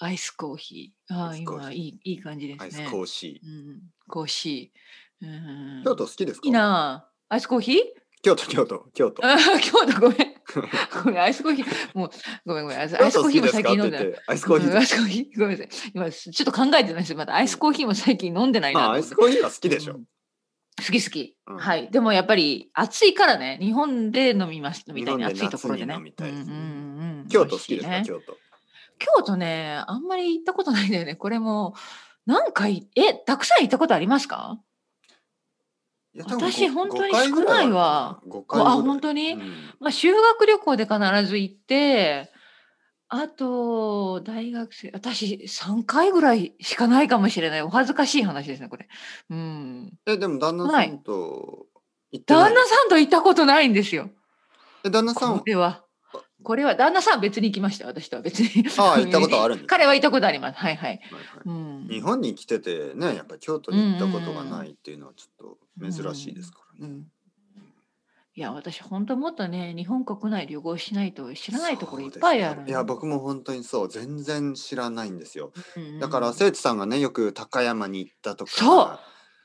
アイスコーヒー。あアあ、イスコーヒー今いい、いい感じでアイすスね。コーヒうん、コーヒー。うんー。。京都好きですかいいなあ。アイスコーヒー。京都、京都、京都。ああ、京都ごめん。ごめん、アイスコーヒー。もう、ごめん、ごめん、アイスア京イス都コー好ヒーきもです最か近って飲言んっでない。て、アイスコーヒうんアー。イスコーヒー、ごめんなさい。今、ちょっと考えてないです。まだアイスコーヒーも最近飲んでないなまとあ、ア思っイて。スコーヒーは好きでしょうん。好き好き、うんはいでもやっぱり暑いからね日本で飲みます飲みたいね日本で暑いところでね夏に飲みたいですねうんうんうんうん京都好きで美すか、味しいね京都。京都ねあんまり行ったことないんだよねこれも何回えたくさん行ったことありますかいや私本当に少ないわ。あ5回ぐらいるかな五回ぐらい本当にうんまあ、修学旅行で必ず行ってあと大学生私3回ぐらいしかないかもしれないお恥ずかしい話ですねこれうんえ、でも旦那はさんいと行ってない旦那さんと行ったことないんですよえ旦那さこんはれはあこれは旦那さんは別に行きました私とは別にああ行ったことあるんです 彼は行ったことありますはいはい、はいはいうん、日本に来ててねやっぱり京都に行ったことがないっていうのはちょっと珍しいですからね。いや私本当もっとね日本国内旅行しないと知らないところいそうっですねぱいあるいや僕も本当にそう全然知らないんですよ。うんうんだから聖地さんがねよく高山に行ったとかそ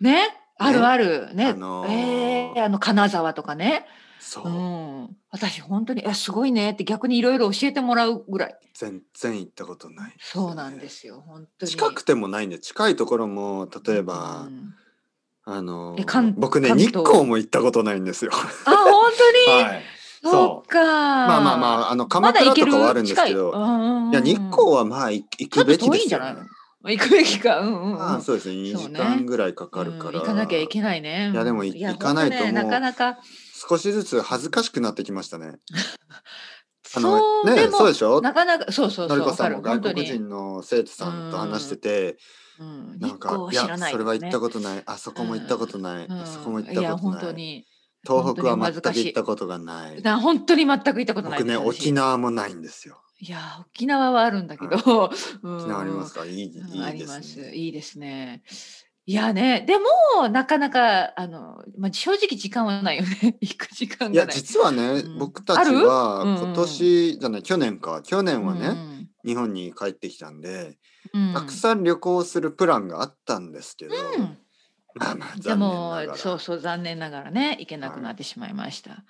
うねあるあるねあのーえーあの金沢とかね、そううん、私本当に「えすごいね」って逆にいろいろ教えてもらうぐらい全然行ったことない、そうなんですすよ本当よね。に近くてもないんで近いところも例えば、うんあのえ関僕ね関日東光も行ったことないんですよ。あ本当に、 はい、そうかまあまあまああの鎌倉とかはあるんですけど、どいや日光はまあ行行くべちきでょっと遠いんすじゃよ、ないねの。行くべきか。うんうんうん。ああそうですね2そう時ね間ぐらいかかるうんから、行かなきゃいけないね。いやでもいや行かないとほんねもなうかなか。少しずつ恥ずかしくなってきましたね。あのそう、ねでそうでも、しょなかなか、そうそうそのう、りこわさかんる。も本当外国に。人の生徒さんと話してて、うんなんか日光は知らないよやそねれは行ったことない、あそこも行ったことない、うんあそこも行っいや、たこ本と当ないに。東北は本当に全恥ずかくしい行ったことがないな本当に全く行ったことない僕ねです私沖縄もないんですよ。いや沖縄はあるんだけど、うん沖縄ありますかいい,、うんいあいりでますす、ね。いいですね。いやね、でも、なかなか、あの、まあ、正直時間はないよね。 行く時間いやがない。実はね、うん僕たちはあるうんうん今年じゃない去年か去年はね、ね、日本に帰ってきたんで、うんたくさん旅行するプランがあったんですけど、うんまあまあで残念もながらそうそう残念ながらね行けなくなってしまいました、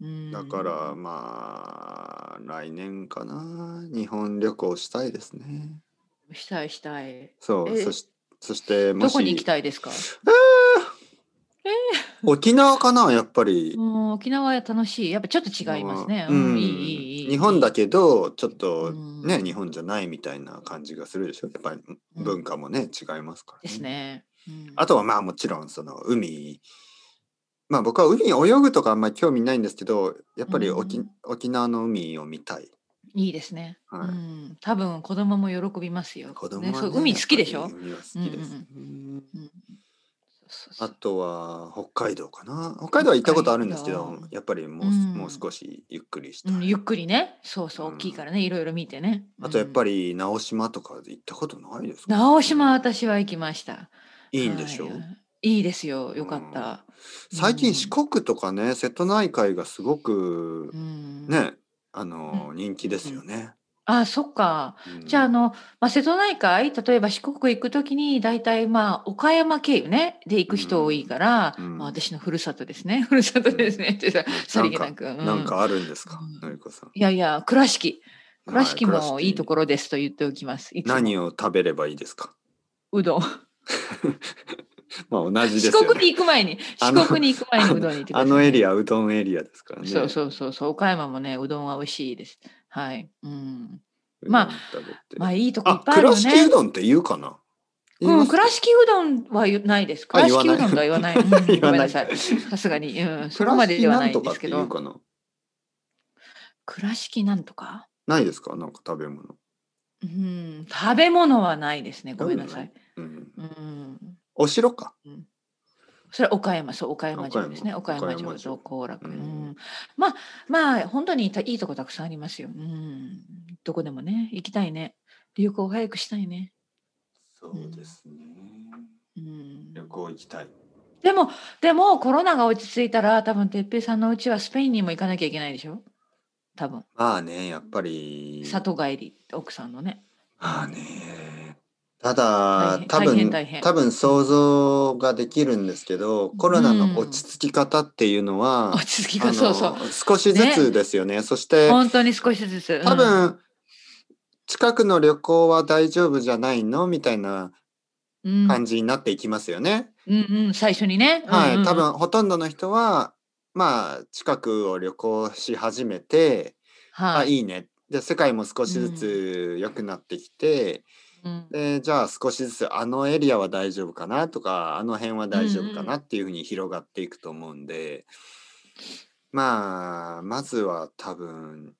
うんだからまあ来年かな日本旅行したいですね。したいしたいそうえそしそしてもどしこに行きたいですか、沖縄かなやっぱりう。ん、沖縄は楽しいやっぱちょっと違いますね、ううんんいいいいいい日本だけどちょっとね、うん日本じゃないみたいな感じがするでしょやっぱりうん文化もね、違いますから、ですね、うんあとはまあもちろんその海まあ僕は海に泳ぐとかあんまり興味ないんですけどやっぱり沖,、うん沖縄の海を見たい。いいですね、はいうん、多分子供も喜びますよ子供はねねそう海好きでしやっょぱ、り海は好きです、ねうん、そうそうあそうとは北海道かな北海道は行ったことあるんですけ北海ど道やっぱりもう,、うんもう少しゆっくりしたうい、ん、ゆっくりねそうそううん大きいからね、いろいろ見てねあとやっぱり、り直島とか行ったことないですか直島私は行きましたいいんでしょ、はいいいですよよかった、最近四国とかね瀬戸内海がすごくうん、ね、あのうーん人気ですよね、あそっかうんじゃああの、まあ、瀬戸内海例えば四国行く時に大体まあ岡山経由ねで行く人多いから、うんうんまあ、私のふるさとですね ふるさとですねってささりげなく、うなんかあるんですか、うんのりこさんいやいや倉敷倉敷はいもいいところですと言っておきますいつも何を食べればいいですかうどんまあ同じです四よね国に行く前にあの四国に行く前にうどんに行ってくださあいね、のエリアうどんエリアですからねそうそうそうそう岡山もねうどんは美味しいですはいうんうどんまあ食べてまあいいとこいあっぱいあるよ倉敷うねどんって言うかな言いうん、ます倉敷うどんは言うないです。あ倉言わ敷ないうどんとは言わ ない。うん言わごめんないなさい。さすがに、 うん、そこ倉まで敷ではななんいとでかっすてけ言どう。かな倉敷なんとか。ないですかなんか食べ物、うん、食べ物はないですね。ごめんなさい。うん、うん、お城かそれは岡山、そう、岡山城ですね。岡岡山山岡城山城と後楽、ううんん。まあ、まあ、本当にいたいいとこたくさんありますよ。うん、どこでもね、行きたいね。旅行早くしたいね。そうですねうん、行行きたいでも、でも、コロナが落ち着いたら、多分哲平さんのうちはスペインにも行かなきゃいけないでしょ多分。まあねやっぱり里帰り、奥さんのね。まあね。た大だ変多大変分大変多分想像ができるんですけど、コロナの落ち着き方っていうのは、落ち着きあがのそうそう少しずつですよね。そして本当に少しずつ多分、近くの旅行は大丈夫じゃないのみたいなうん感じになっていきますよね。うんうんうん、最初にね、はうんうい、ん多分ほとんどの人はまあ近くを旅行し始めて、はあい、いいね。で世界も少しずつ良くなってきて、うんでじゃあ少しずつあのエリアは大丈夫かなとかあの辺は大丈夫かなっていうふうに広がっていくと思うんで、まあまずは多分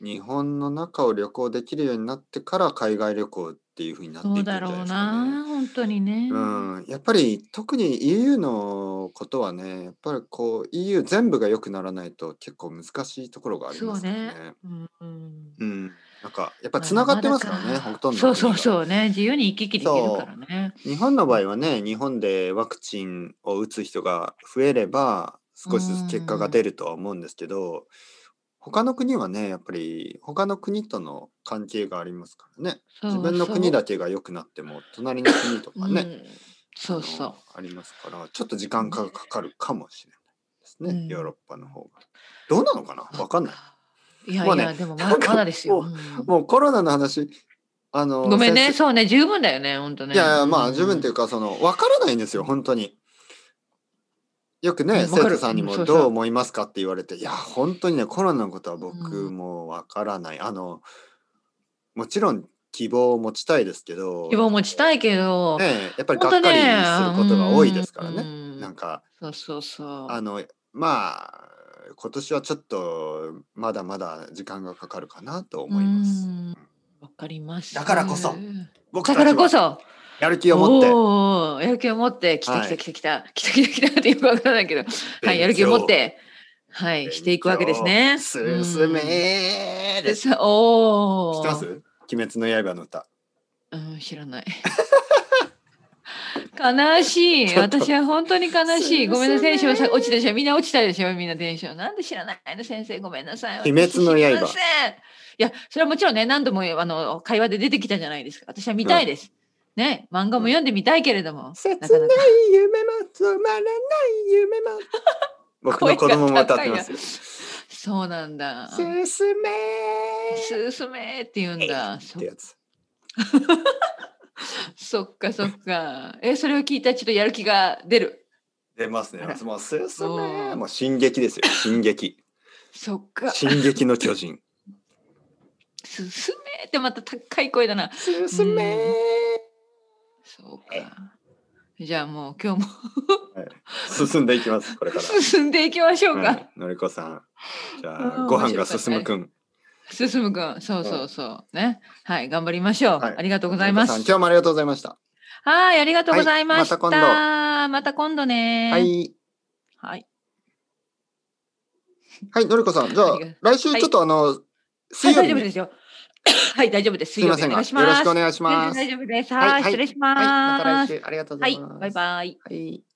日本の中を旅行できるようになってから海外旅行っていうふうになっていそくうんじゃだろないうですかね。な本当にね、うん、やっぱり特に EU のことはねやっぱりこう EU 全部が良くならないと結構難しいところがありますからね。そううんうんうん、なんかやっぱつながってますからね、だほとんどの国が。そうそうそうね自由に行き来できるからね日本の場合はね日本でワクチンを打つ人が増えれば少しずつ結果が出るとは思うんですけど、他の国はねやっぱり他の国との関係がありますからねそう自分の国だけが良くなっても隣の国とそうかね、うんそうあそのありますからちょっと時間がかかるかもしれないですね、うんヨーロッパの方が。どうなのかなうわかんない。いやいまあや、ねでもまなだんかまだですよ、もうんもうコロナの話あのごめん先ね生そうね十分だよね本当ねいやいやまあ十分とていうかその分からないんですよ本当に。よくねうんわか生る徒さんにうんもそうそうどう思いますかって言われていや本当にねコロナのことは僕うんも分からないあのもちろん希望を持ちたいですけど希望持ちたいけど、ねえやっぱりが本っか当りすねることが多いですからうね。んなんかそうそうそうあのまあ今年はちょっとまだまだ時間がかかるかなと思いまうす。んわかります。だからこそ僕だたかちらこはそ。やる気を持っておーやる気を持って、来たは来たい来た来た、来た来た来たってよくわから ないけど、はい、やる気を持って、はい、していくわけですね。勉強を進うんめでです。知さおお。ってます鬼滅の刃の歌。うん、知ら ない。悲しい。ちょっと私は本当に悲すしい。いまごめんなさせい。んテンションさ落ちたでしょ。みんな落ちたでしょ。みんなテンション。なんで知らないの先生、ごめんなさい。鬼滅の私刃知りませんいや、それはもちろんね、何度もあの会話で出てきたじゃないですか。私は見たいです。ね、漫画も読んでみたいけれども。切なないかなか夢もつまらない夢も。 僕の子供も歌ってますよ。そうなんだ。進め進めって言うんだ。っそてやつ。そっかそっか。え、それを聞いたらちょっとやる気が出る。出ますねあら。もう進おめーもう進撃ですよ。進撃。そっか。進撃の巨人。進めってまた高い声だな。進めそうか。じゃあもう今日も進んでいきます。これから。進んでいきましょうか。はいのりこさん。じゃうあ、んご飯が進むくん。進むくん、そうそうそう。ね。はい、頑張りましょう。はいありがとうございのまりこさんす。今日もありがとうございました。はい、ありがとうございました。はいまたまた今度ね。はい。はい。はい、のりこさん。じゃあありがと、来週ちょっとあの、水曜はい大丈日夫にですよ。 はい、大丈夫です。すい水曜ま日せおんが、願よいします。ろしくお願いします。全然大丈夫です。はいはい、はい失礼しはい、ままた来す。週ありがとうごはざいいます。、バイバイ。イ。はい。